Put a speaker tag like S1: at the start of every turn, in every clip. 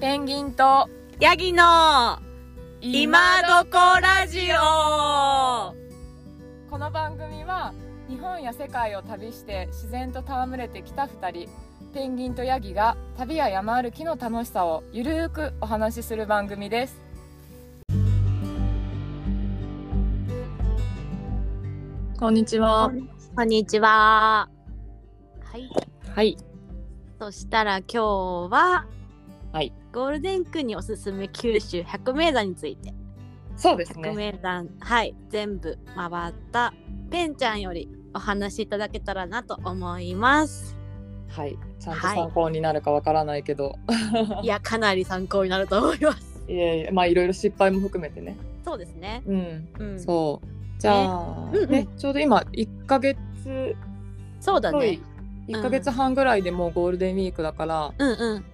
S1: ペンギンと
S2: ヤギの今
S1: ど
S2: どこラジオ
S1: この番組は日本や世界を旅して自然と戯れてきた2人ペンギンとヤギが旅や山歩きの楽しさをゆるーくお話しする番組ですこんにちは
S2: こんにちは。はい。
S1: はい
S2: そしたら今日は、
S1: はい、
S2: ゴールデン区におすすめ九州百名山について、
S1: そうです
S2: 百名山、はい、全部回ったペンちゃんよりお話しいただけたらなと思います。
S1: はいち
S2: ゃんと参
S1: 考になるかわからないけど、
S2: いや、かなり参考になると思います。
S1: い、えい えまあいろいろ失敗も含めてね
S2: そうですね。
S1: うん
S2: うん、
S1: そ
S2: そう
S1: うじゃあ、
S2: ねうんうん
S1: ねちょうど今1ヶ月
S2: だ
S1: ちょ
S2: ね
S1: い。1ヶ月半ぐらいでもうゴールデンウィークだから、
S2: うんうん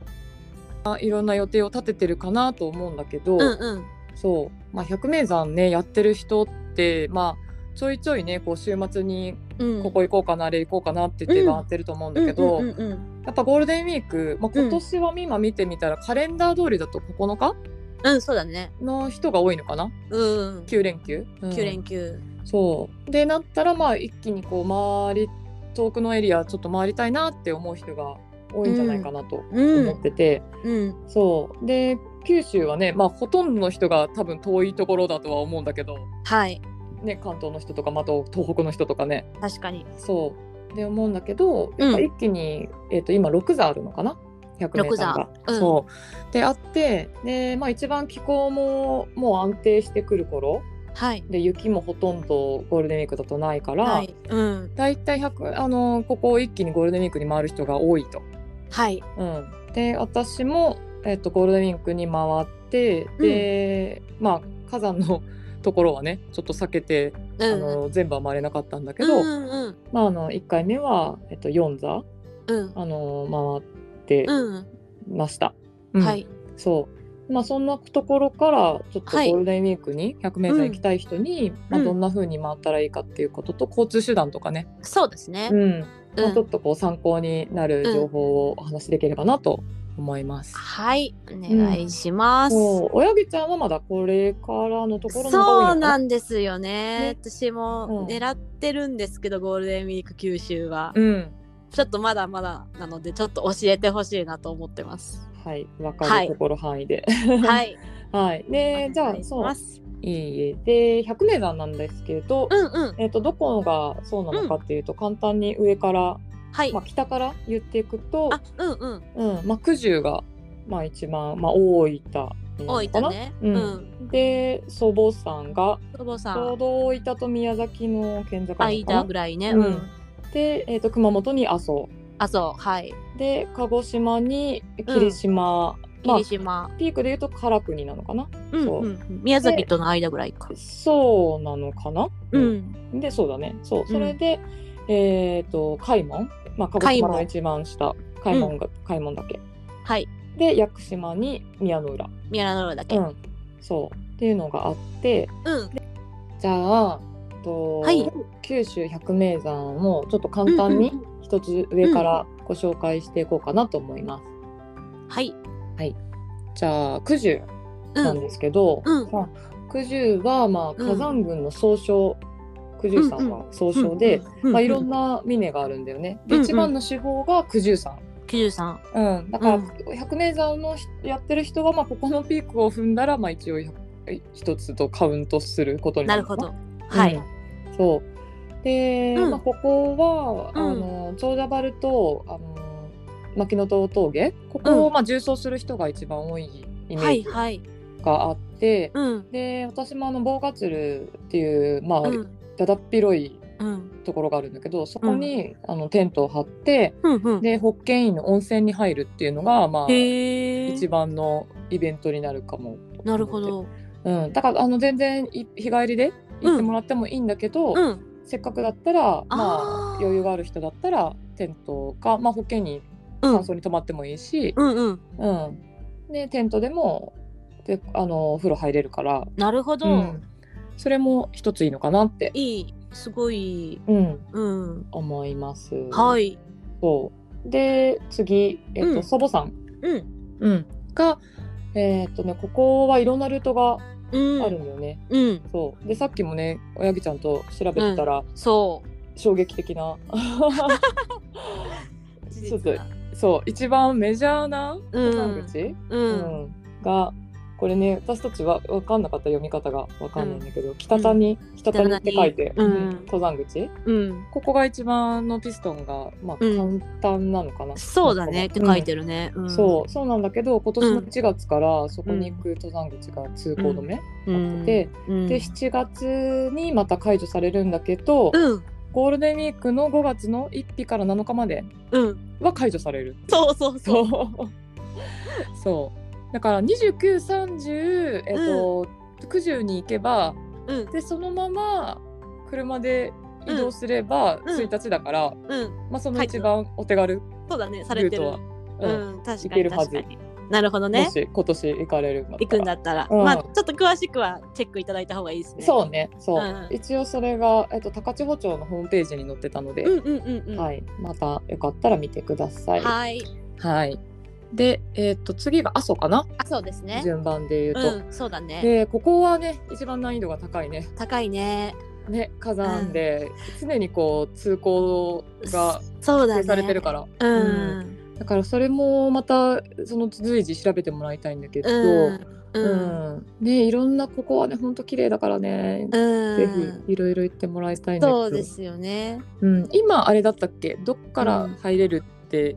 S1: あいろんな予定を立ててるかなと思うんだけど、
S2: うんうん
S1: そう、まあ、百名山ねやってる人って、まあ、ちょいちょいねこう週末に
S2: うん。
S1: ここ行こうかな、あれ行こうかなって手が合ってると思うんだけど、
S2: うんうんうんうん
S1: やっぱゴールデンウィーク、まあ、
S2: うん
S1: 今年は今見てみたらカレンダー通りだと9日
S2: うん、そうだね。
S1: の人が多いのかな
S2: うん。
S1: 9連休。うん
S2: 九連休。
S1: そうでなったらまあ一気にこう回り遠くのエリアちょっと回りたいなって思う人が多いんじゃないかなと
S2: うん
S1: 思ってて、
S2: うん。
S1: そうで九州はね、まあ、ほとんどの人が多分遠いところだとは思うんだけど、
S2: はい。
S1: ね、関東の人とか、まあ、あと東北の人とかね
S2: 確かに。
S1: そうで思うんだけど
S2: う
S1: や
S2: ん
S1: っぱ一気に、えー、と今6座あるのかな100名山が。
S2: 六座うん
S1: そうであってで、まあ、一番気候ももう安定してくる頃
S2: はい。
S1: で雪もほとんどゴールデンウィークだとないから。
S2: はい。うん。
S1: だいたい100あのここを一気にゴールデンウィークに回る人が多いと。
S2: はい。
S1: うん、で私も、えっと、ゴールデンウィークに回ってで、まあ火山のところはねちょっと避けて、
S2: うん。
S1: あの全部は回れなかったんだけど、
S2: うんうん
S1: まあ、あの1回目は、えっと、4座
S2: うん。
S1: あの回って
S2: うん。
S1: ました。う
S2: う。
S1: んん
S2: はい。
S1: そうまあ、そんなところからちょっとゴ
S2: はい
S1: ールデンウィークに100名山行きたい人に、まあ、
S2: うん
S1: どんな風に回ったらいいかっていうことと交通手段とかね、
S2: そうですね
S1: う。ん、
S2: う
S1: まあちょ
S2: ん
S1: っ。とこう参考になる情報をお話しできればなと思います。
S2: はい。お願いします。
S1: そう、おやぎちゃんはまだこれからのところの方が多いの
S2: そう
S1: かな
S2: なんですよね。私も
S1: うん
S2: 狙ってるんですけど、ゴールデンウィーク九州は。
S1: うん。
S2: ちょっとまだまだなので、ちょっと教えてほしいなと思っ てます。
S1: はい、わ
S2: は
S1: か
S2: い
S1: るところ範囲で。
S2: はい。
S1: はい。で、じゃ
S2: お
S1: あ
S2: 願いし
S1: そう
S2: ま、す
S1: いいえ。で、百名山なんですけど、
S2: うんうん。
S1: えっとどこがそうなのかっていうと、簡単に上から、
S2: はい
S1: まあ。北から言っていくと、
S2: あ、うんうん。
S1: うん、まあ九十がまあ一番、まあ大分になるの
S2: 大
S1: か
S2: 分
S1: な。
S2: ね。う。
S1: うんん、で祖母さんが
S2: 久保さ。
S1: ちょうんど大分と宮崎の県境なのかな
S2: 間ぐらいね。
S1: う
S2: うんん。
S1: で、えー、と熊本に阿蘇
S2: あ、そう。はい。
S1: で鹿児島に霧島、まあ
S2: 霧島。
S1: ピークで言うと唐国なのかな
S2: うん
S1: そう
S2: うん、宮崎との間ぐらいか。
S1: そうなのかな、
S2: うん、
S1: でそうだねそうそれで、えっ、と開門、まあ、鹿児島の一番下開門が開門だけ
S2: はい、
S1: で屋久島に宮の浦
S2: 宮良の浦だけ。
S1: う
S2: うん、
S1: んそうっていうのがあってじゃあ、えっと
S2: はい
S1: 九州百名山をちょっと簡単に
S2: うん
S1: 一つ上からご紹介していこうかなと思います。
S2: はい、
S1: じゃあ九十
S2: う
S1: なん
S2: ん、
S1: ですけど、
S2: うん
S1: まあ九十はまあ
S2: うん
S1: 火山群の総称、九十山が総称で、
S2: うん、
S1: まあいろんな峰があるんだよね。で
S2: うん
S1: 一番の手法が九十山。
S2: 九十三、
S1: うん、だから
S2: うん
S1: 百名山のひやってる人はまあここのピークを踏んだらまあ一応ひ一つとカウントすることにな
S2: な
S1: るの
S2: る
S1: か
S2: ほ
S1: な。
S2: ど。はい、
S1: うんそうで、
S2: うん
S1: まあ、ここは、
S2: うん
S1: あの長者原とあの牧野島峠ここを、まあ、重走する人が一番多いイメ
S2: は
S1: ー
S2: い、
S1: ジ
S2: はい、
S1: があって、
S2: うん、
S1: で私もあの棒ガツルっていう、まあ
S2: うん、
S1: だだっ広い
S2: うん、
S1: ところがあるんだけどそこに、あのテントを張って
S2: うん、うん、
S1: で保健院の温泉に入るっていうのが、まあ、
S2: へ
S1: 一
S2: え、
S1: 番のイベントになるかも。
S2: なるほど。
S1: うん、だからあの全然い日帰りで行ってもらってもいいんだけど、
S2: うん、
S1: せっかくだったらま
S2: あ
S1: あ
S2: ー
S1: 余裕がある人だったらテントか、まあ、保険に
S2: うん
S1: 乾、燥に泊まってもいいし、
S2: うん、うん、
S1: うんでテントでもであのお風呂入れるから、
S2: なるほど。
S1: うんそれも一ついいのかなって、
S2: いい、すごい、
S1: うん、
S2: うん、
S1: 思います。
S2: はい、
S1: そうで次、えっと
S2: うん
S1: 祖母さん、
S2: うん、
S1: うん、が、えーっとねここはいろんなルートが
S2: うん、
S1: あるんよね、
S2: うん
S1: そうでさっきもねおやぎちゃんと調べてたら、
S2: そう
S1: 衝撃的なちょっ
S2: 事
S1: と
S2: 実だ
S1: そう一番メジャーな
S2: うん
S1: 登山口、
S2: う
S1: うん
S2: ん
S1: がこれね私たちは分かんなかった読み方が分かんないんだけど、北谷北谷って書いて、
S2: うん
S1: うん登山口
S2: うん
S1: ここが一番のピストンが、まあ、
S2: うん
S1: 簡単なのかな、
S2: そうだねって書いてるね、うん
S1: そうそうなんだけど今年の1月からそこに行く登山口が通行止め、
S2: うん
S1: で
S2: うん
S1: で7月にまた解除されるんだけど、
S2: うん
S1: ゴールデンウィークの5月の1日から7日まで
S2: うん
S1: は解除される
S2: そうそう
S1: そ
S2: そう
S1: うそうだから2930えっと、90に行けば
S2: うん
S1: でそのまま車で移動すれば
S2: うん
S1: 1日だから、
S2: うん
S1: まあ、その一番お手軽
S2: そうだねさ
S1: ル
S2: れ
S1: ー
S2: て
S1: ト
S2: る
S1: は、
S2: う
S1: うん
S2: ん確か
S1: 行け
S2: に
S1: るはず
S2: 確かになるほどね
S1: もし今年行かれるんだった
S2: 行
S1: ら
S2: くんだったら、
S1: うん
S2: まあちょっと詳しくはチェックいただいた方がいいですね
S1: そうねそう、
S2: うん
S1: 一応それが、えっと、高千穂町のホームページに載ってたので、
S2: うんうんうんうん
S1: はい、またよかったら見てください。は
S2: はい
S1: い、で、えっと次が阿蘇かな、
S2: あそうですね
S1: 順番で言うと。
S2: うんそうだね
S1: でここはね一番難易度が高いね
S2: 高いね
S1: ね火山で、常にこう通行が
S2: そうだ
S1: 規
S2: ね
S1: 制されてるから
S2: う
S1: うんだからそれもまたその随時調べてもらいたいんだけど、
S2: うん
S1: う
S2: うん
S1: ねいろんなここはねほんと綺麗だからね、
S2: うん
S1: ぜひいろいろ行ってもらいたいんだけど
S2: そうですよね
S1: うん、今あれだったっけどっから入れるって、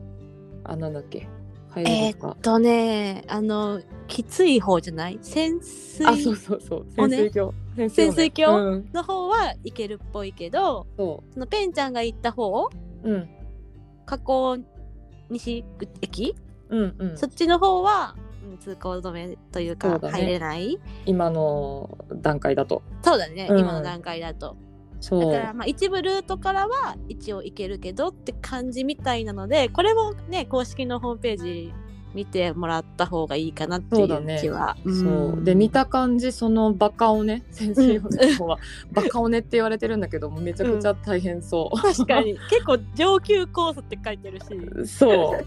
S1: あなんだっけ入れるとか、
S2: とねあのきつい方じゃない潜水
S1: あそうそうそう潜
S2: おね
S1: 水鏡、潜
S2: 潜水鏡
S1: うん、
S2: の方はいけるっぽいけど
S1: そ
S2: そのペンちゃんが行った方
S1: ううん
S2: 河口西駅、
S1: うんうん
S2: そっちの方はうん通行止めという
S1: そ
S2: か
S1: うだね
S2: 入れない
S1: 今の段階だと
S2: そうだね、
S1: うん
S2: 今の段階だとだ
S1: そ
S2: から
S1: う
S2: まあ一部ルートからは一応行けるけどって感じみたいなのでこれもね公式のホームページ見てもらった方がいいかなってい
S1: そうだね
S2: う気は
S1: そうで見た感じそのバカ尾根先生の方は、バカ尾根って言われてるんだけどもめちゃくちゃ大変そ
S2: 確かに結構上級コースって書いてるし
S1: う、そう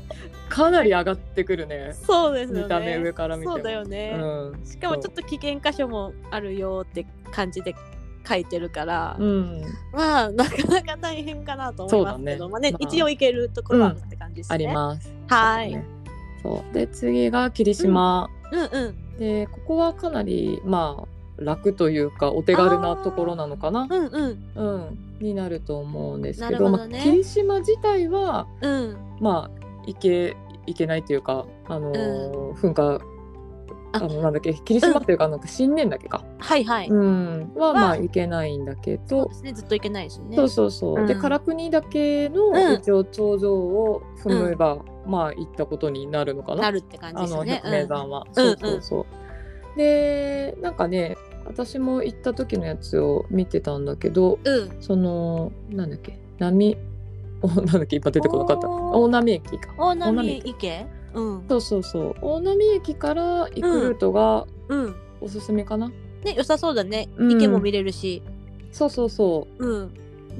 S1: かなり上がってくるね
S2: そうですよね
S1: 見た目上から見ても
S2: そうだよね、
S1: うん
S2: しかもちょっと危険箇所もあるよって感じで書いてるから、
S1: うん
S2: まあなかなか大変かなと思いますけ
S1: そうだね
S2: ど、まあね
S1: まあ
S2: 一応行けるところはあるって感じです
S1: あり
S2: ね。
S1: ます
S2: はい、
S1: そうで次が霧島、
S2: うんうん
S1: でここはかなりまあ楽というかお手軽なところなのかな、
S2: うんうん
S1: うん、になると思うんですけ
S2: な
S1: ど
S2: るほどね
S1: まあ、霧島自体は
S2: うん
S1: まあ行け行けないというか、あのー噴火あ
S2: あ
S1: のなんだっけ霧島というか、なんか新年だっけか、
S2: はいはい、
S1: うん、はま
S2: ま
S1: あ
S2: あ
S1: 行けないんだけ
S2: そう
S1: ど
S2: で。すねずっと行けないですよね。
S1: そうそうそう、で
S2: うん
S1: 唐国だけの
S2: うん
S1: 一応頂上を踏めば、まあ行ったことになるのかな
S2: なるって感じ
S1: あ
S2: ですよ
S1: の
S2: ね。
S1: 百名山は、
S2: うん
S1: そうそうそう、でなんかね私も行った時のやつを見てたんだけど
S2: うんうん
S1: そのなんだっけ波おなんだっけ今出てこなかった
S2: おー
S1: 大波駅か
S2: 大波池うん
S1: そうそうそう大波駅から行くルートが
S2: うん
S1: おすすめかな、
S2: ね良さそうだね、
S1: うん
S2: 池も見れるし
S1: そうそうそ
S2: うん
S1: う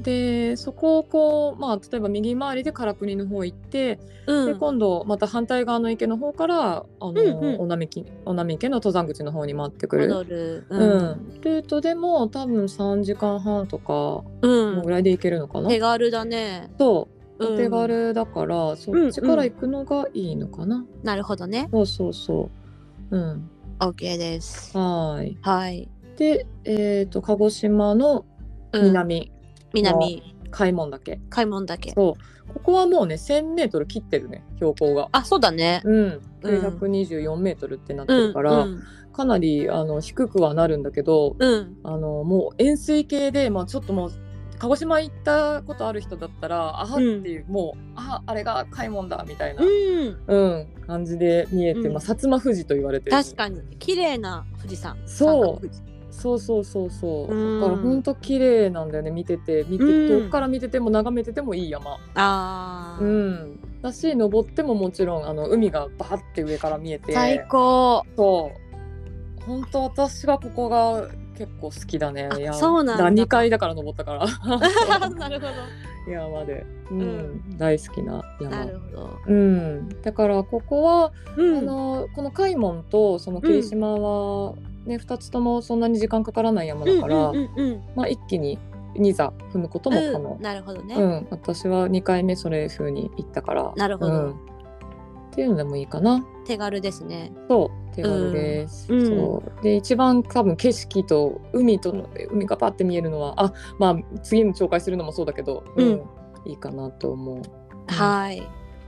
S1: でそこをこうまあ例えば右回りで唐国の方行って、
S2: う
S1: で
S2: ん
S1: 今度また反対側の池の方からあの、
S2: うんうん
S1: 大波駅大波池の登山口の方に回ってくる
S2: 戻るう
S1: うんん、ルートでも多分3時間半とかこ
S2: うん、
S1: のぐらいで行けるのかな、
S2: 手軽だね。
S1: そう
S2: うん
S1: お手軽だから、そっちから行くのがいいのかな、
S2: なるほどね。
S1: そうそうそううん
S2: OK です。
S1: はーい
S2: はい。
S1: でえっ、と鹿児島の
S2: うん、
S1: 南、
S2: 南
S1: 開門岳
S2: 開門岳。
S1: そうここはもうね 1000m 切ってるね標高が
S2: あ、そうだね。
S1: うん924メートルってなって
S2: うん。
S1: るから、
S2: うん。
S1: かなりあの低くはなるんだけど
S2: うん。
S1: あのもう円錐形で、まあ、ちょっともう鹿児島行ったことある人だったらあはっていう、もうああれが開門だみたいな、
S2: うん
S1: うん感じで見えて、
S2: うん
S1: まあ、薩摩富士と言われてる
S2: 確かに綺麗な富士山。
S1: そう
S2: 山岳富士
S1: そうそうそうそう、
S2: うん
S1: だからほんと綺麗なんだよね見てて見て
S2: うん
S1: 遠くから見てても眺めててもいい山、
S2: ああ、
S1: うん、だし登ってももちろんあの海がバーって上から見えて
S2: 最高。
S1: そう本当私はここが結構好きだね
S2: あ
S1: いや
S2: そうなんだ
S1: 何回だから登ったから
S2: なるほど。
S1: 山で、うん
S2: う
S1: 大好きな
S2: な
S1: 山
S2: るほど。
S1: うん、だからここは、
S2: う
S1: あ
S2: ん。
S1: のこの海門とその霧島は、ね、2つともそんなに時間かからない山だから、
S2: うんうんうん
S1: まあ、一気に2座踏むことも可
S2: うん。う
S1: 能
S2: ん、なるほどね。
S1: うん私は2回目それ風に行ったから
S2: なるほど
S1: うんっていうのでもいいかな
S2: 手軽ですね。
S1: そう手軽です、
S2: うん
S1: そうで一番多分景色と海との海がパッて見えるのはあまあ次に紹介するのもそうだけど、
S2: うん
S1: いいかなと思う
S2: はい。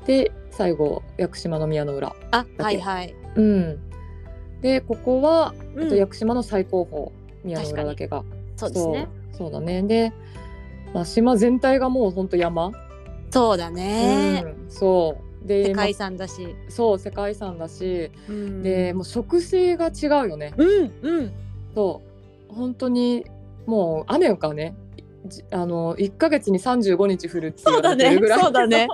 S1: で最後屋久島の宮の浦
S2: あ、はいはい。
S1: うんでここは、
S2: う
S1: えっと屋久島の最高峰宮の浦だけが
S2: そうですね。
S1: そうそうだねで、まあ、島全体がもうほんと山、
S2: そうだね。
S1: うん、そうで
S2: 世界遺
S1: ま
S2: 産だし。
S1: あそう世界遺産だし、
S2: うん
S1: で、もう植生が違うよね
S2: うんうん。
S1: そう本当にもう雨がねじあの1ヶ月に35日降るって言われてるぐらい
S2: そうだ ね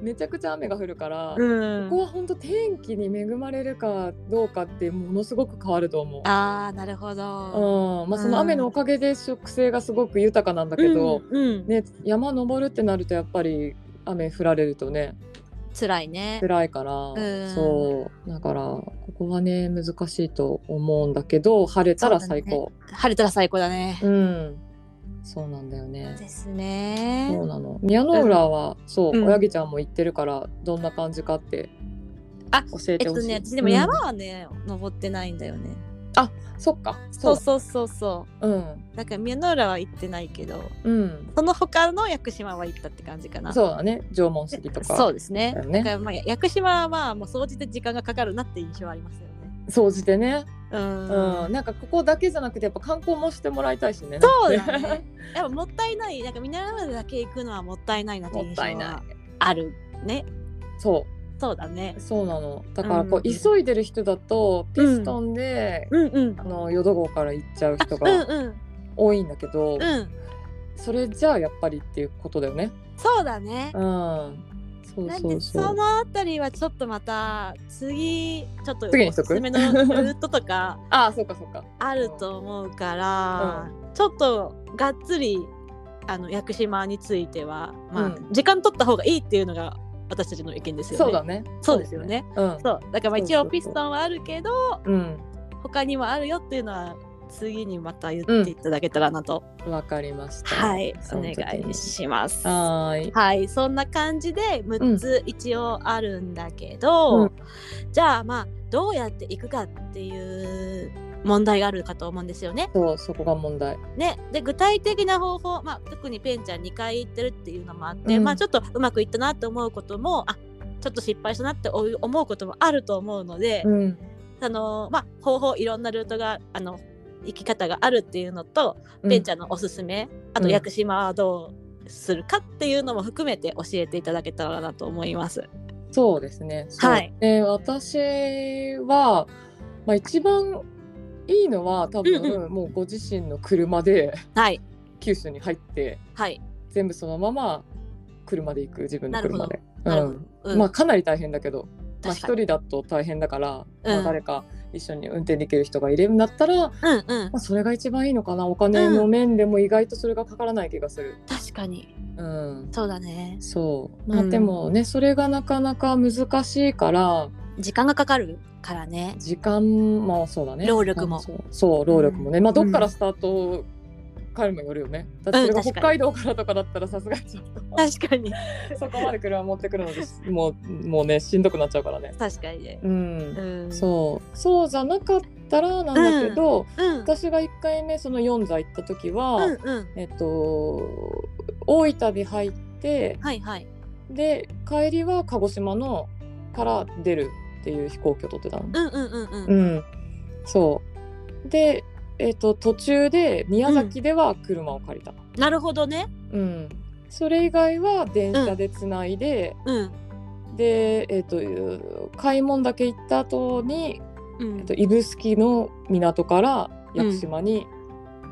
S1: めちゃくちゃ雨が降るから、
S2: うん
S1: ここは本当天気に恵まれるかどうかってものすごく変わると思う。
S2: ああ、なるほど。
S1: うんまあ、その
S2: うん
S1: 雨のおかげで植生がすごく豊かなんだけど、
S2: うんうん、
S1: ね、山登るってなるとやっぱり雨降られるとね
S2: 辛いね。
S1: 辛いから、
S2: ん
S1: そうだからここはね難しいと思うんだけど晴れたら
S2: そうだね
S1: 最高
S2: 晴れたら最高だね。
S1: う,、んそうなんだよね
S2: ですね。
S1: そうなの宮の浦は、そう、
S2: うん
S1: おやぎちゃんも行ってるからどんな感じかって
S2: あ
S1: 教え
S2: えってと
S1: ほしい、
S2: ね、私でも山はね、登ってないんだよね。
S1: うんそっかそ
S2: そううそうそうそ
S1: だうん
S2: う。だから宮の浦は行ってないけど、
S1: うん
S2: その他の屋久島は行ったって感じかな。
S1: そうだね縄文杉とか
S2: そうですね。
S1: だ
S2: だ
S1: よね
S2: からまあ屋久島はまあもう総じて時間がかかるなって印象はありますよね。
S1: 掃除でね
S2: うん。
S1: うん、なんかここだけじゃなくてやっぱ観光もしてもらいたいしね。
S2: そうだね。やっぱもったいない。なんか見習うだけ行くのはもったいないなって
S1: もっ
S2: 印象
S1: たいな
S2: はあるね。
S1: い。そ
S2: そうだね
S1: う、。そうなの。だからこう、
S2: うん
S1: 急いでる人だとピストンで、
S2: うんうん。
S1: あの淀号から行っちゃう
S2: あ
S1: 人
S2: うん
S1: が
S2: うん
S1: 多いんだけど、
S2: うん。
S1: それじゃあやっぱりっていうことだよね。
S2: そうだね
S1: う。ん。そう
S2: なん
S1: そう
S2: で
S1: そ。
S2: そうのあたりはちょっとまた次ちょっと
S1: 次に
S2: お
S1: しと
S2: す
S1: く
S2: すめのルートとか
S1: ああ、そうかそうか。
S2: あると思うから、ちょっとがっつりあの屋久島については、まあ
S1: うん
S2: 時間取った方がいいっていうのが私たちの意見ですよね。
S1: そうだね。
S2: そうですよね。
S1: うん。
S2: そうだからま
S1: そう
S2: あ一
S1: そう
S2: 応
S1: そう
S2: ピストンはあるけど
S1: うん。
S2: 他にもあるよっていうのは次にまた言っていただけたらなと、
S1: わかりました。
S2: はい
S1: そ
S2: お
S1: の時に
S2: 願いします。
S1: はーい。
S2: はいそんな感じで6つ一応あるんだけど、
S1: うん
S2: じゃあまあどうやっていくかっていう問題があるかと思うんですよね。
S1: そう、そこが問題。
S2: ねで具体的な方法、まあ、特にペンちゃん2回行ってるっていうのもあって、
S1: うん
S2: まあちょっとうまくいったなと思うこともあちょっと失敗したなって思う思うこともあると思うので、
S1: うん。
S2: あのまあ、方法いろんなルートがあの行き方があるっていうのと、ベンちゃんのおすすめあ
S1: う
S2: と
S1: ん
S2: 屋久島はどうするかっていうのも含めて教えていただけたらなと思います。
S1: そうですね。そう
S2: はい
S1: で私は、まあ、一番いいのは多分、
S2: うん
S1: もうご自身の車で
S2: はい、
S1: 九州に入って
S2: はい、
S1: 全部そのまま車で行く自分の車で。
S2: なるほどなる
S1: う
S2: うんん
S1: まあ、かなり大変だけどまあ、
S2: 確
S1: 一
S2: かに、
S1: 人だと大変だから、ま
S2: う
S1: あ、
S2: ん
S1: 誰か一緒に運転できる人がいるんだったら、ま
S2: うんうん
S1: あ、それが一番いいのかなお金の面でも意外とそれがかからない気がする。
S2: 確かに
S1: うん、
S2: そうだね
S1: そうまあ
S2: うん
S1: でもね、それがなかなか難しいから、
S2: 時間がかかるからね
S1: 時間もそうだね
S2: 労力も
S1: そうそう労力もね、
S2: うん
S1: まあどっからスタートかにもよるよねだってそれが
S2: うん確かに
S1: 北海道からとかだったらさすがにちょっと
S2: 確かに
S1: そこまで車持ってくるのでしもうもうねしんどくなっちゃうからね
S2: 確かにね
S1: う、
S2: うんん
S1: そうそうじゃなかったらなんだけど、
S2: うん
S1: 私が1回目その4座行った時は、
S2: うんうん
S1: えっと大分で入って
S2: はいはい
S1: で帰りは鹿児島のから出るっていう飛行機を取ってたの。
S2: うんうんうんうん、
S1: うん、そうで、えっと途中で宮崎では車を借りた、
S2: なるほどね
S1: うんそれ以外は電車でつないで、
S2: うん
S1: で、えっと開門だけ行った後に、
S2: うん
S1: えっと指宿の港から屋久島に、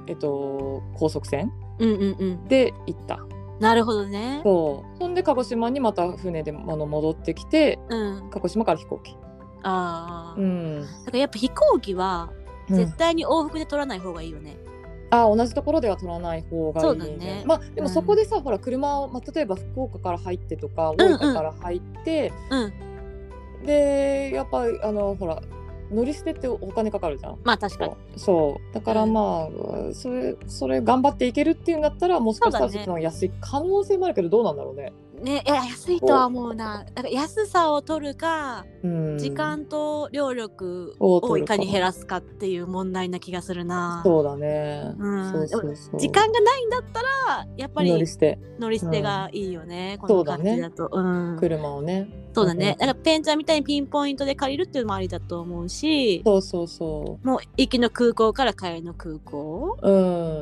S1: えっと高速船
S2: うんうんうん
S1: で行った
S2: なるほどね
S1: そうそんで鹿児島にまた船であの戻ってきて
S2: うん
S1: 鹿児島から飛行機、
S2: ああ、
S1: うん、
S2: だからやっぱ飛行機は
S1: うん
S2: 絶対に往復で取らない方がいいよね、
S1: あ同じところでは取らない方がいい
S2: そうだね
S1: まあでもそこでさ、ほら車を、まあ、例えば福岡から入ってとか
S2: んう
S1: 大
S2: ん
S1: 分から入って、
S2: うん
S1: でやっぱあのほら乗り捨てってお金かかるじゃん。
S2: まあ確かに
S1: そうだからまあそれそれ頑張っていけるっていうんだったらもしかしたら
S2: そうだ
S1: そ
S2: ね
S1: っちの方が安い可能性もあるけどどうなんだろうね。
S2: ねいや安いとは思うななんか安さを取るか
S1: うん、
S2: 時間と労力
S1: を
S2: を
S1: 取
S2: い
S1: る
S2: か
S1: か
S2: に減らすかっていう問題な気がするな
S1: そうだね。
S2: うん
S1: そうそうそう
S2: 時間がないんだったらやっぱ
S1: 乗り
S2: り
S1: 捨て
S2: 乗り捨てがいいよね、こ
S1: そ
S2: の
S1: うだ
S2: 感
S1: ね
S2: じだとうん
S1: 車をね。
S2: そうだね
S1: うん
S2: だからペンちゃんみたいにピンポイントで借りるっていうのもありだと思うし
S1: そうそうそ
S2: もう行きの空港から帰りの空港
S1: う。う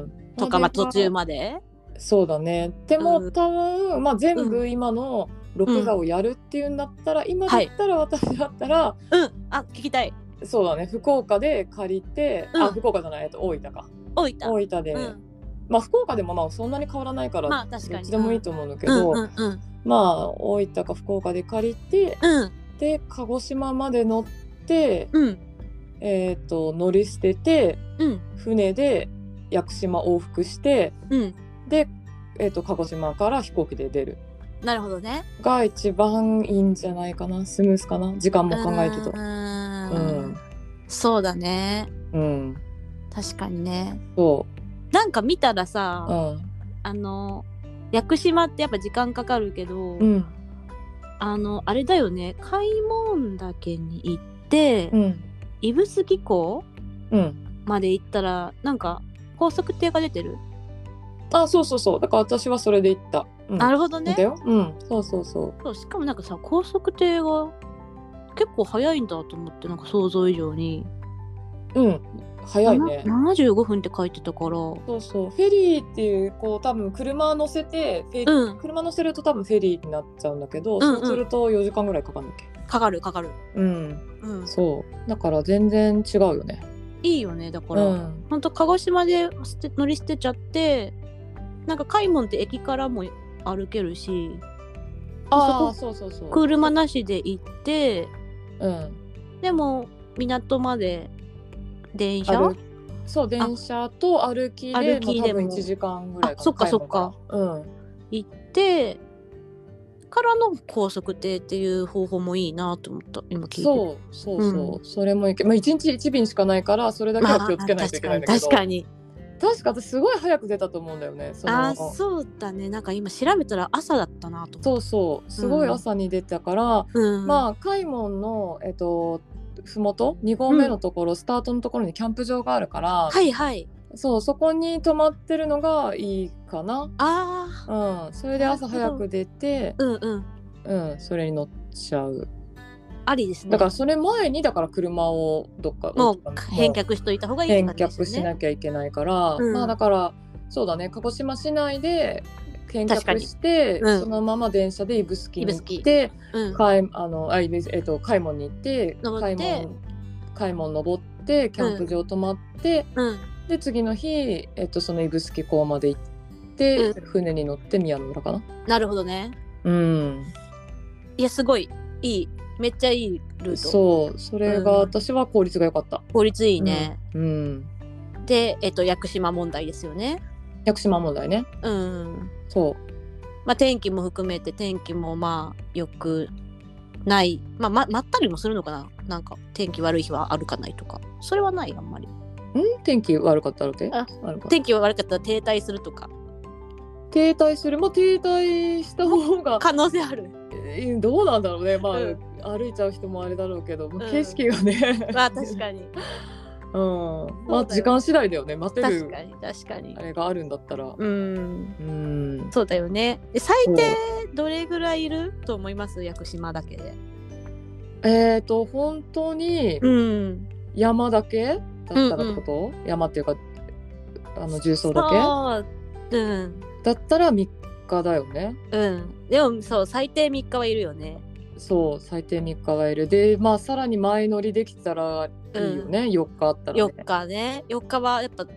S1: ん。
S2: とかまあ
S1: で
S2: 途中まで
S1: そうだね。でも、
S2: うん
S1: 多分、まあ、全
S2: う
S1: 部今の録画をやるっていうんだったら、今だったら私だったら、
S2: うんあ聞きたい
S1: そうだね福岡で借りて、
S2: うん
S1: あ福岡じゃないえっと大分か
S2: 大分
S1: 大分で、
S2: うん
S1: まあ福岡でもまあそんなに変わらないから、
S2: まあ確
S1: ど
S2: かに
S1: っちでもいいと思うんだけ
S2: う
S1: ど、
S2: んうんうん
S1: まあ大分か福岡で借りて
S2: うん
S1: で鹿児島まで乗って、
S2: うん
S1: えー、と乗り捨てて
S2: うん
S1: 船で屋久島往復して
S2: うん
S1: で、えー、と鹿児島から飛行機で出る
S2: なるほどね
S1: が一番いいんじゃないかなスムースかな時間も考えてとう
S2: う。ーん
S1: ん、
S2: そうだね
S1: うん、
S2: 確かにね
S1: そ
S2: なんか見たら
S1: う、う
S2: さ
S1: ん、
S2: あの屋久島ってやっぱ時間かかるけど、
S1: うん、
S2: あのあれだよね開門岳に行って
S1: うん、
S2: 指宿港
S1: うん。
S2: まで行ったらなんか高速艇が出てる、
S1: あそうそうそうだから私はそれで行った、うん、
S2: なるほどね
S1: だようんそうそうそ
S2: そうしかもなんかさ高速艇が結構早いんだと思ってなんか想像以上に、
S1: ううん早いね
S2: な75分って書いてたから
S1: そうそうフェリーっていうこう多分車乗せてフェリー、
S2: うん
S1: 車乗せると多分フェリーになっちゃうんだけど、
S2: んうん
S1: そうすると4時間ぐらいかかるんだっけ
S2: かかるかかる
S1: うん
S2: うん
S1: そうだから全然違うよね
S2: いいよねだか
S1: う
S2: ら、
S1: ん
S2: ほんと鹿児島で捨て乗り捨てちゃってなんか開門って駅からも歩けるし
S1: ああ
S2: そ
S1: そうそうそう
S2: 車なしで行って
S1: うん
S2: でも港まで電車
S1: 歩そう電車と歩きで
S2: 歩きで
S1: まあ多分
S2: も
S1: 1時間ぐらい
S2: あそっか
S1: 買い物らうん
S2: 行ってからの高速艇っていう方法もいいなと思った今聞いて
S1: そうそうそう、
S2: う
S1: それもいけまあ1日1便しかないからそれだけ
S2: まあ
S1: は気をつけないといけないんだけど、
S2: 確かに
S1: 確か私すごい早く出たと思うんだよねそ
S2: 確かにあ
S1: の
S2: そうだねなんか今調べたら朝だったなと思っ
S1: そうそうすごい朝に出たから、
S2: た、うん、
S1: まあ開門のえっとふもと2合目のところ、スタートのところにキャンプ場があるから、
S2: はいはい
S1: そうそこに泊まってるのがいいかな、
S2: ああ
S1: うん、それで朝早く出て、
S2: うんうん
S1: うん、それに乗っちゃう
S2: ありですね
S1: だからそれ前にだから車をどっか
S2: もう
S1: どっか
S2: 返却しといた方がいいって
S1: 返
S2: 感じで
S1: 却
S2: すよ
S1: し
S2: ね。
S1: なきゃいけないから、
S2: うん
S1: まあだからそうだね鹿児島市内で返
S2: 確か
S1: 却
S2: に
S1: して、
S2: うん
S1: そのまま電車で指宿に行
S2: 指
S1: っ
S2: 宿
S1: て
S2: うん、
S1: かいあのあいえっと開門に行って
S2: 登って
S1: 開門開門登ってキャンプ場泊まって、
S2: うん、
S1: で次の日、えっと、その指宿港まで行って、
S2: う
S1: 船に乗って宮の浦かな。
S2: なるほどね。
S1: うん、
S2: いやすごいいいめっちゃいいルート
S1: そうそれが
S2: うん
S1: 私は効率が良かった。
S2: 効率いいね。
S1: うん、
S2: で、えっと、屋久島問題ですよね。
S1: 屋久島問題ね。
S2: うん
S1: そう
S2: まあ、天気も含めて天気もまあよくない、まあ、ままったりもするのかななんか天気悪い日は歩かないとかそれはないあんまり
S1: ん天気悪かったわけ
S2: あ
S1: 悪かった
S2: 天気悪かったら停滞するとか
S1: 停滞するまあ停滞した方が
S2: 可能 性ある
S1: えどうなんだろうねまあ、
S2: うん
S1: 歩いちゃう人もあれだろうけど、まあ
S2: うん
S1: 景色がね
S2: まあ確かに
S1: うん
S2: そ
S1: ま
S2: う
S1: あ
S2: だよ
S1: 時間次第だよね待て
S2: 確
S1: る
S2: かに確かに
S1: あれがあるんだったら
S2: うん
S1: うん
S2: そうだよねえ最低どれぐらいいると思います屋久島だけで
S1: えっ、と本当に
S2: うん
S1: 山だけだったらってこと、山っていうかあの重曹だけ
S2: けうん
S1: だったら3日だよね
S2: うんでもそう最低3日はいるよね
S1: そう最低3日はいるでまあさらに前乗りできたらいいよね、4日あったら、ね、
S2: 4日ね4日はやっぱと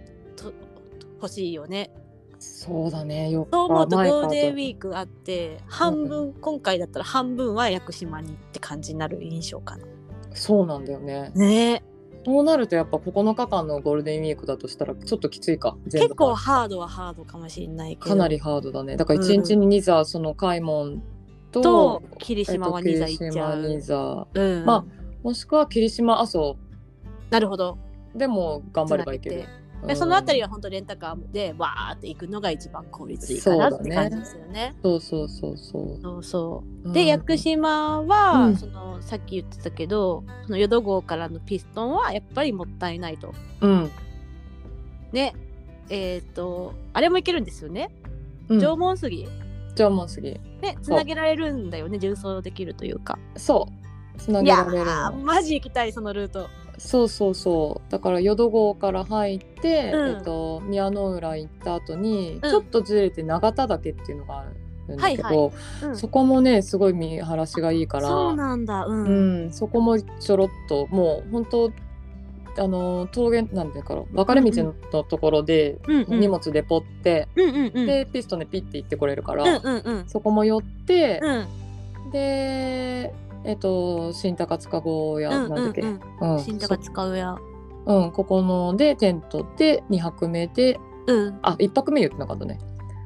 S2: 欲しいよね
S1: そうだね4日
S2: そう思うと
S1: 前
S2: ゴー
S1: か
S2: ルデンウィークあって半分、今回だったら半分は屋久島にって感じになる印象かな
S1: そうなんだよね。
S2: ね
S1: そうなるとやっぱ9日間のゴールデンウィークだとしたらちょっときついか全
S2: 結
S1: 部
S2: 構ハードはハードかもしれないけど
S1: かなりハードだねだから1日に2座、その開門と
S2: と
S1: え
S2: 霧
S1: っと
S2: 島は2座行っちゃ
S1: 霧島
S2: う
S1: 二、座
S2: うん、
S1: まもしくは霧島阿蘇
S2: なるほど
S1: でも頑張ればいけ
S2: つな
S1: る
S2: げて、でそのあたり
S1: は
S2: は本当レンタカーでわーって行くのが一番効率いいかなって感じですよね。
S1: そうそうそうそう
S2: そうそううんで屋久島は、
S1: うん
S2: そのさっき言ってたけどその淀号からのピストンはやっぱりもったいないと。
S1: うん
S2: ねえっ、とあれも行けるんですよね
S1: うん
S2: 縄文杉。
S1: じゃあもう次
S2: ねつなげられるんだよね重装できるというか。
S1: そうつないげ
S2: や
S1: られる
S2: ー
S1: の
S2: マジ行きたいそのルート。
S1: そうそうそうだから淀号から入って、
S2: うん
S1: えっと、宮の浦行った後に、
S2: うん
S1: ちょっとずれて永田岳っていうのがあるんだけど、
S2: はいうん
S1: そこもねすごい見晴らしがいいから
S2: そうなんだうん。
S1: うん、そこもちょろっともう本当あの峠なんていうから分かれ道のところで
S2: うんうん
S1: 荷物でポって、
S2: うんうんうん。
S1: でピストンでピッて行ってこれるから、
S2: うんうんうん。
S1: そこも寄って、
S2: うん
S1: でえっと新高塚郷や、
S2: うん
S1: なん
S2: う
S1: だっ
S2: ん
S1: け、
S2: う
S1: うん
S2: ん。新高使うや。
S1: そうん、ここのでテントで2泊目で
S2: うん。
S1: あ一1泊目言ってなかったね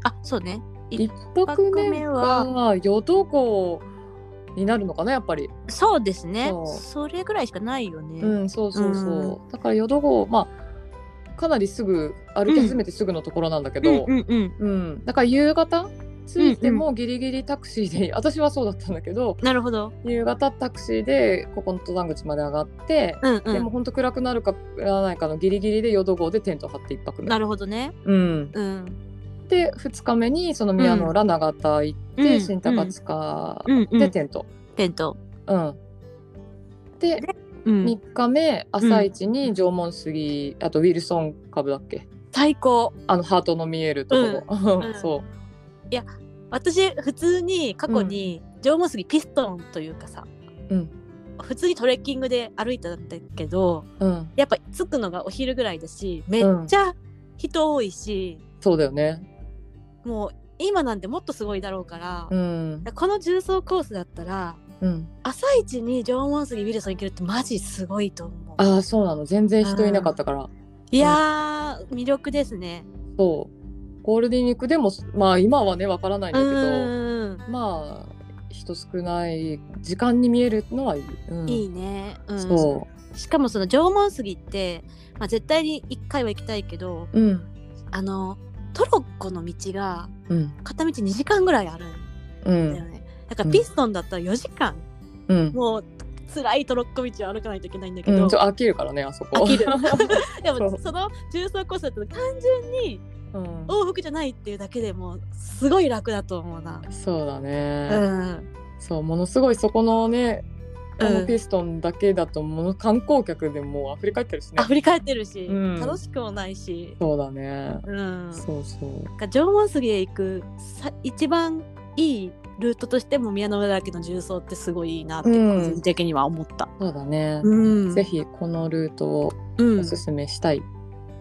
S2: あそうね。一
S1: 1泊
S2: 泊
S1: 目
S2: 目は
S1: が淀号になるのかなやっぱり。
S2: そうですね
S1: そ。う
S2: それぐらいしかないよね。
S1: うん、そうそうそう。
S2: う
S1: だから淀号、まあかなりすぐ歩き始めてすぐのところなんだけど、うん
S2: んうん。
S1: だから夕方着いてもギリギリタクシーで、 私はそうだったんだけど
S2: なるほど。
S1: 夕方タクシーでここの登山口まで上がって、
S2: うんう
S1: でも
S2: ん。
S1: ほんと暗くなるかならないかのギリギリで淀号でテント張って一泊目。
S2: なるほどね。
S1: うん、
S2: うん。
S1: で2日目にその宮の浦長田行って、
S2: うん
S1: 新高塚
S2: うんう
S1: で
S2: ん。
S1: テント。
S2: テント。
S1: うんで
S2: うん。
S1: 3日目朝一に縄文杉、あとウィルソン株だっけ
S2: 最高。
S1: あのハートの見えるところ、
S2: うん
S1: そ
S2: 私普通に過去に縄文杉ピストンというかさ。
S1: うん。
S2: 普通にトレッキングで歩いたんだけど、
S1: う、うん、
S2: やっぱ着くのがお昼ぐらいだし、めっちゃ人多いし、
S1: そうだよね
S2: もう今なんてもっとすごいだろうから、
S1: うん
S2: この重曹コースだったら
S1: うん
S2: 朝一に縄文杉ウィルソン行けるってマジすごいと思う
S1: ああそうなの全然人いなかったから
S2: いやー魅力ですね
S1: そうゴールデンウィークでもまあ今はねわからないん
S2: う
S1: だけど
S2: ん
S1: まあ人少ない時間に見えるのはいい、うん、
S2: いいね、うん、
S1: そ
S2: しかもその縄文杉って、まあ、絶対に1回は行きたいけど
S1: ううん
S2: あのトロッコの道が
S1: うん
S2: 片道2時間ぐらいあるん
S1: う
S2: だよ
S1: ん
S2: ね、だからピストンだったら4時間、
S1: うん
S2: もう辛いトロッコ道を歩かないといけないんだけ
S1: う
S2: ど、
S1: ん、ちょ飽きるからねあそこ
S2: 飽 きる で
S1: そ
S2: も
S1: う
S2: その重曹コースだったら単純に
S1: うん、
S2: 往復じゃないっていうだけでもうすごい楽だと思うな。
S1: そうだ
S2: う
S1: ね、
S2: ん、
S1: そうものすごいそこのね
S2: うん
S1: あのピストンだけだともの観光客でもう溢れ返ってるしね
S2: あ振り返ってるし、
S1: うん
S2: 楽しくもないし、
S1: そうだね、
S2: うん、
S1: そうそう
S2: なんか縄文杉へ行くさ一番いいルートとしても宮の浦家の重曹ってすごいいいなって
S1: うん
S2: 個人的には思った。
S1: そうだね、
S2: うん
S1: ぜひこのルートを
S2: うん
S1: おすすめしたい、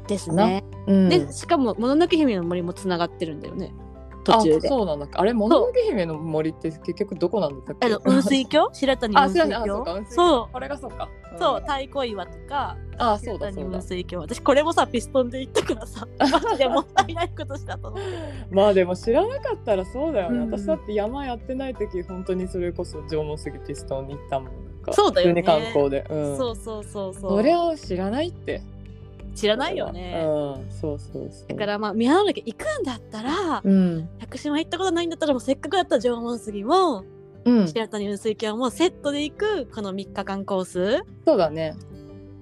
S2: ですね。
S1: うん
S2: でしかも「もののけ姫の森」もつながってるんだよね
S1: あ
S2: 途中で。
S1: そうなんだっけあれもののけ姫の森って結局どこなんだっけ
S2: あの雲水峡白谷
S1: あ
S2: 雲
S1: すいませ
S2: 水
S1: んあそうか雲
S2: 峡
S1: 水
S2: そう
S1: あれがそうか、ん
S2: そう太鼓岩とか
S1: あそ
S2: 白
S1: うだ
S2: 谷
S1: そうだ
S2: 雲水峡私これもさピストンで行ったか らさマジでもったいないことしたと思って。
S1: まあでも知らなかったらそうだよね、
S2: うん
S1: 私だって山やってない時本当にそれこそ縄文杉ピストンに行ったもんなんか
S2: そうだよね
S1: 普通に観光で、うん、
S2: そうそうそうそう。
S1: それを知らないって
S2: 知らないよね。
S1: うん、そうそうそう。
S2: だからまあ宮原家行くんだったら
S1: うん、
S2: 屋久島行ったことないんだったらもうせっかくだったら縄文杉も
S1: うん、
S2: 白谷雲水峡もセットで行くこの3日間コース
S1: そうだね。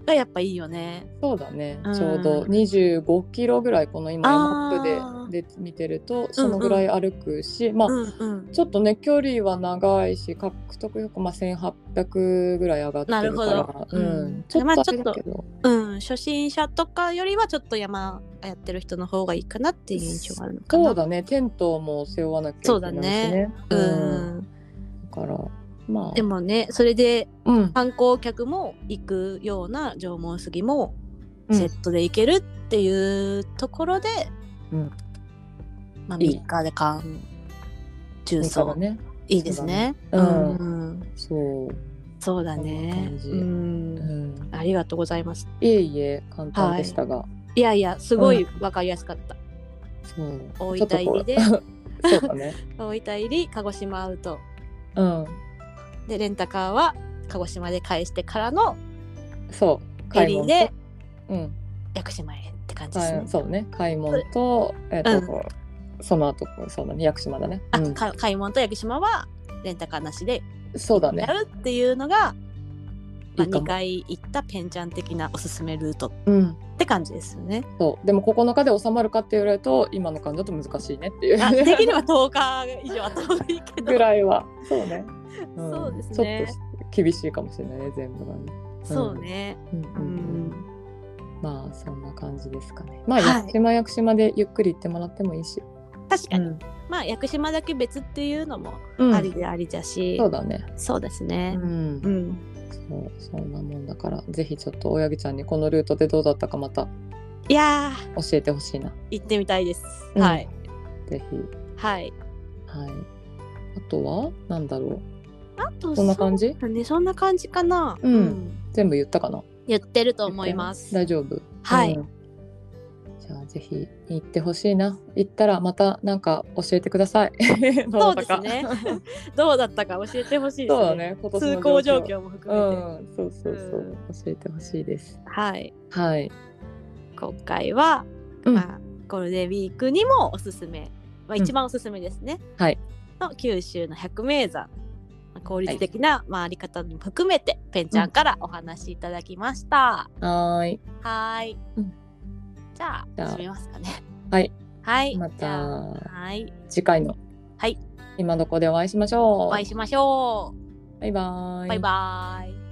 S2: がやっぱいいよね。
S1: そうだね。
S2: うん
S1: ちょうど25キロぐらいこの今マッ
S2: あ
S1: プ
S2: ー
S1: でで見てるとそのぐらい歩くし、まあ、
S2: うんうん。
S1: ちょっとね距離は長いし獲得よくまあ1800ぐらい上がってるから、
S2: なるほど
S1: う
S2: うん
S1: ん、ちょっ
S2: まあ
S1: とあれだけど、
S2: うん、初心者とかよりはちょっと山やってる人の方がいいかなっていう印象があるのかな。
S1: そうだね。テントも背負わなきゃいけないしね。
S2: う
S1: うん、
S2: ん、
S1: だからまあ、
S2: でもねそれで
S1: うん、
S2: 観光客も行くような縄文杉も
S1: うん
S2: セットでいけるっていうところで、
S1: うん
S2: まあ、
S1: いい
S2: 3日で間重
S1: いいから
S2: 曹
S1: ね。
S2: いいですね。
S1: うん
S2: うん
S1: そう。
S2: そうだね
S1: そんな感じ
S2: うん
S1: うん、
S2: ありがとうございます
S1: いえいえ簡単でしたが、
S2: いやいやすごい分かりやすかった
S1: そう
S2: 大
S1: ちょっ
S2: 分
S1: と
S2: 入
S1: こ
S2: りで
S1: うそうだね
S2: 大分入り鹿児島アウト
S1: うん
S2: でレンタカーは鹿児島で返してからの
S1: そう
S2: エ
S1: 買い
S2: リー
S1: 物
S2: で
S1: とうん
S2: 屋久島へって感じです
S1: 買
S2: ね
S1: い。そうね買い物とえっ、と、
S2: うん
S1: こうその後そうだね屋久島だね、
S2: あ
S1: うん
S2: か買い物と屋久島はレンタカーなしで
S1: そうだ
S2: や
S1: ね
S2: るっていうのが、まあ、
S1: いいかも
S2: 2回行ったペンちゃん的なおすすめルート
S1: うん
S2: って感じですよ ね。
S1: そうでも9日で収まるかって言われると今の感じだと難しいねっていう
S2: あできれば10日以上あった方がいいけ ど
S1: ぐらいはそうね、ん
S2: そうですね
S1: ちょっと厳しいかもしれないね全部がね
S2: そうね。
S1: うん
S2: う
S1: うん
S2: ん
S1: まあそんな感じですかねまあ
S2: は
S1: 屋
S2: い
S1: 久島屋久島でゆっくり行ってもらってもいいし、
S2: 確かに、
S1: うん
S2: まあ屋久島だけ別っていうのも
S1: うん
S2: ありでありだし、
S1: そうだね
S2: そうですね。
S1: ん
S2: うん
S1: そうそんなもんだからぜひちょっと親木ちゃんにこのルートでどうだったかまた
S2: いや
S1: 教えてほしいな
S2: ー行ってみたいです。
S1: うん
S2: はい
S1: ぜひ
S2: はい。
S1: はいあとはなんだろ
S2: あと
S1: うそんな感
S2: じ
S1: じ
S2: ねそんな感じかな。
S1: うん全部言ったかな
S2: 言ってると思います。
S1: 大丈夫
S2: はい
S1: うんじゃあぜひ行ってほしいな行ったらまたなんか教えてくだ さい
S2: そ
S1: どだ
S2: うで
S1: か
S2: すね。 どうだったか教えてほしいです、ね。
S1: そうだね今年の
S2: 通行状況も含めて、
S1: うんそうそうそう、
S2: うん
S1: 教えてほしいです
S2: はい。
S1: はい
S2: 今回は、
S1: うん
S2: まあゴールデンウィークにもおすすめ、まあ
S1: ん
S2: 一番おすすめですね。
S1: はい。
S2: の九州の百名山。まあ効率的な回り方も含めて、ペンちゃんからお話しいただきました。
S1: はーい
S2: はーい、
S1: うん
S2: じゃあ
S1: じゃあ
S2: 閉めますかね。
S1: はい。
S2: はい。
S1: ま
S2: じゃあ
S1: た
S2: はい。
S1: 次回の
S2: はい
S1: 今どこでお会いしましょう
S2: お会いしましょ
S1: バイバー
S2: う。バイバーイ